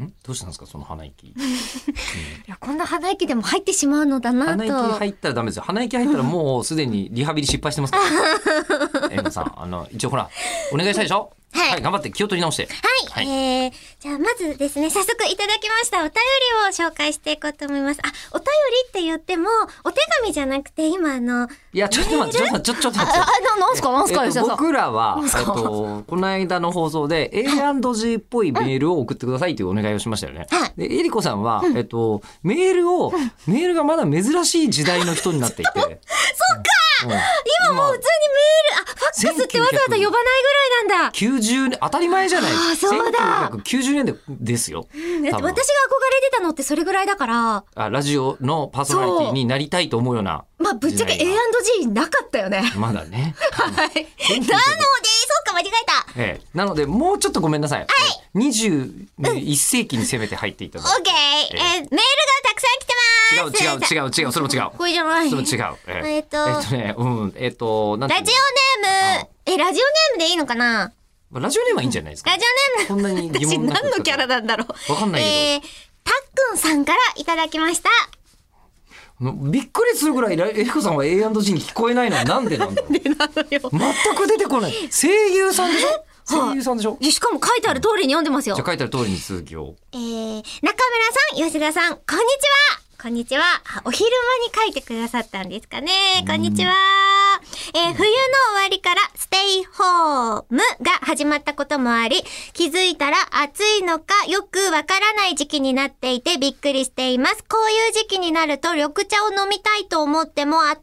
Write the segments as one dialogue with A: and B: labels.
A: んどうしたんですかその鼻 息。
B: いやこんな鼻息でも入ってしまうのだな
A: 鼻息
B: と。
A: 入ったらダメですよ。鼻息入ったらもうすでにリハビリ失敗してます から。エムさん、あの、一応ほら、お願いしたでしょ
B: はい
A: 頑張って気を取り直して。
B: はい、えー、じゃあまずですね、早速いただきましたお便りを紹介していこうと思います。あ、お便りって言っても、お手紙じゃなくて、今あの、あ、
A: いや、ちょっと待って、ちょっと待って、ちょっと待って。
B: ななんすかなんすか
A: えっと
B: 吉田さん。
A: 僕らは、
B: な
A: え
B: ん
A: っ
B: すか
A: と、この間の放送で A&G っぽいメールを送ってくださいというお願いをしましたよね
B: はい。
A: で、えりこさんは、えっと、メールを、メールがまだ珍しい時代の人になってい て。そっか今もう
B: 普通にメール、あ、ファックスってわざわざ呼ばないぐらいなんだ。
A: 90年、当たり前じゃない
B: あーそうだ
A: 1990年代ですよ。
B: えっと、
A: 多
B: 私
A: 分
B: が憧れてたのってそれぐらいだから、
A: あラジオのパーソナリティになりたいと思うような。
B: まあ、ぶっちゃけ
A: 時代が
B: A&G なかったよね。はい。
A: まだね。
B: なので、そうか、間違えた。
A: ええ、なので、もうちょっとごめんなさい。21世紀に攻めて入っていただ
B: オッケー、えーメールがたくさん来て
A: 違う
B: ます。
A: 違う違う違う、それも違う。
B: これじゃない。
A: それも違う。
B: えっと
A: えっとね、うん、えっと、なんてい
B: ラ
A: う
B: ジオネーム、え、ラジオネームでいいのかな
A: のラジオネームはいいんじゃないですか
B: ラ。ジオネーム、
A: こんなに疑
B: 私
A: 問なく
B: 何のキャラなんだろう。
A: わかんないけど
B: えー、たっくんさんからいただきました。
A: びっくりするぐらい、らえりこさんは A&G に聞こえないのはなんでなんだろう。
B: で、なのよ。
A: 全く出てこない。声優さんでし ょ声優さんでしょ
B: いやしかも書いてある通りに読んでますよ
A: じゃ。あ書いてある通りに続きを。
B: えー、中村さん、吉田さん、こんにちはこんにちは。あお昼間に書いてくださったんですかね。こんにちは。えー、冬の終わりからステイホームが始まったこともあり、気づいたら暑いのかよくわからない時期になっていてびっくりしています。こういう時期になると緑茶を飲みたいと思っても温か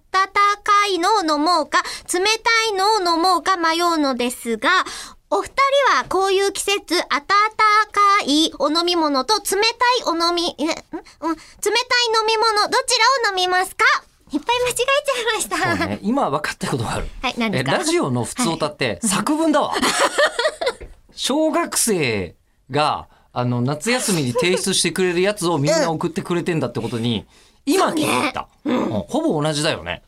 B: いのを飲もうか、冷たいのを飲もうか迷うのですが、お二人はこういう季節、温かいお飲み物と冷たいお飲み、えんうん、冷たい飲み物、どちらを飲みますかいっぱい間違えちゃいま
A: そ
B: し
A: う
B: た。
A: ね、今分かったことがある。
B: はい何ですか
A: えラジオの普通歌って作文だわ。小学生があの夏休みに提出してくれるやつをみんな送ってくれてんだってことに、今気づいた、うんほぼ同じだよね。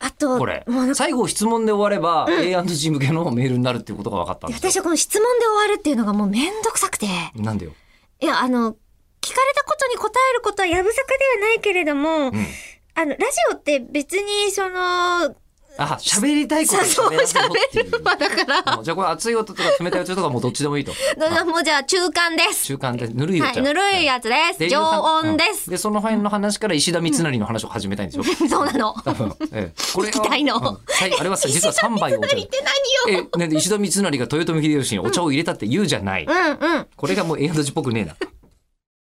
B: あと、
A: これ
B: もうなんか
A: 最後質問で終われば、A&G 向けのメールになるっていうことが分かったんですよ
B: 私はこの質問で終わるっていうのがもうめんどくさくて。
A: なんでよ。
B: いや、あの、聞かれたことに答えることはやぶさかではないけれども、
A: ん
B: あの、ラジオって別に、その、
A: あ喋りたいことを
B: そう
A: 喋らせろっていう。
B: まあだから、
A: うんじゃあこれ熱い音とか冷たい音とかもうどっちでもいいと。
B: もうじゃあ中間です。
A: 中間でぬるいお茶。
B: はい、ぬるいやつで
A: 声
B: す。
A: 優さ
B: 常
A: ん
B: 温で
A: う
B: す
A: ん。でその辺の話から石田三成の話を始めたいんですよ。
B: そうなの。
A: 多分、ええ、これは
B: 聞きたいの
A: うんはいあれはさ実は三杯お茶
B: 何
A: で
B: っ。て何よ。
A: え、なんで石田三成が豊臣秀吉にお茶を入れたって言うじゃない。
B: うんうん。
A: これがもう A&G っぽくねえな。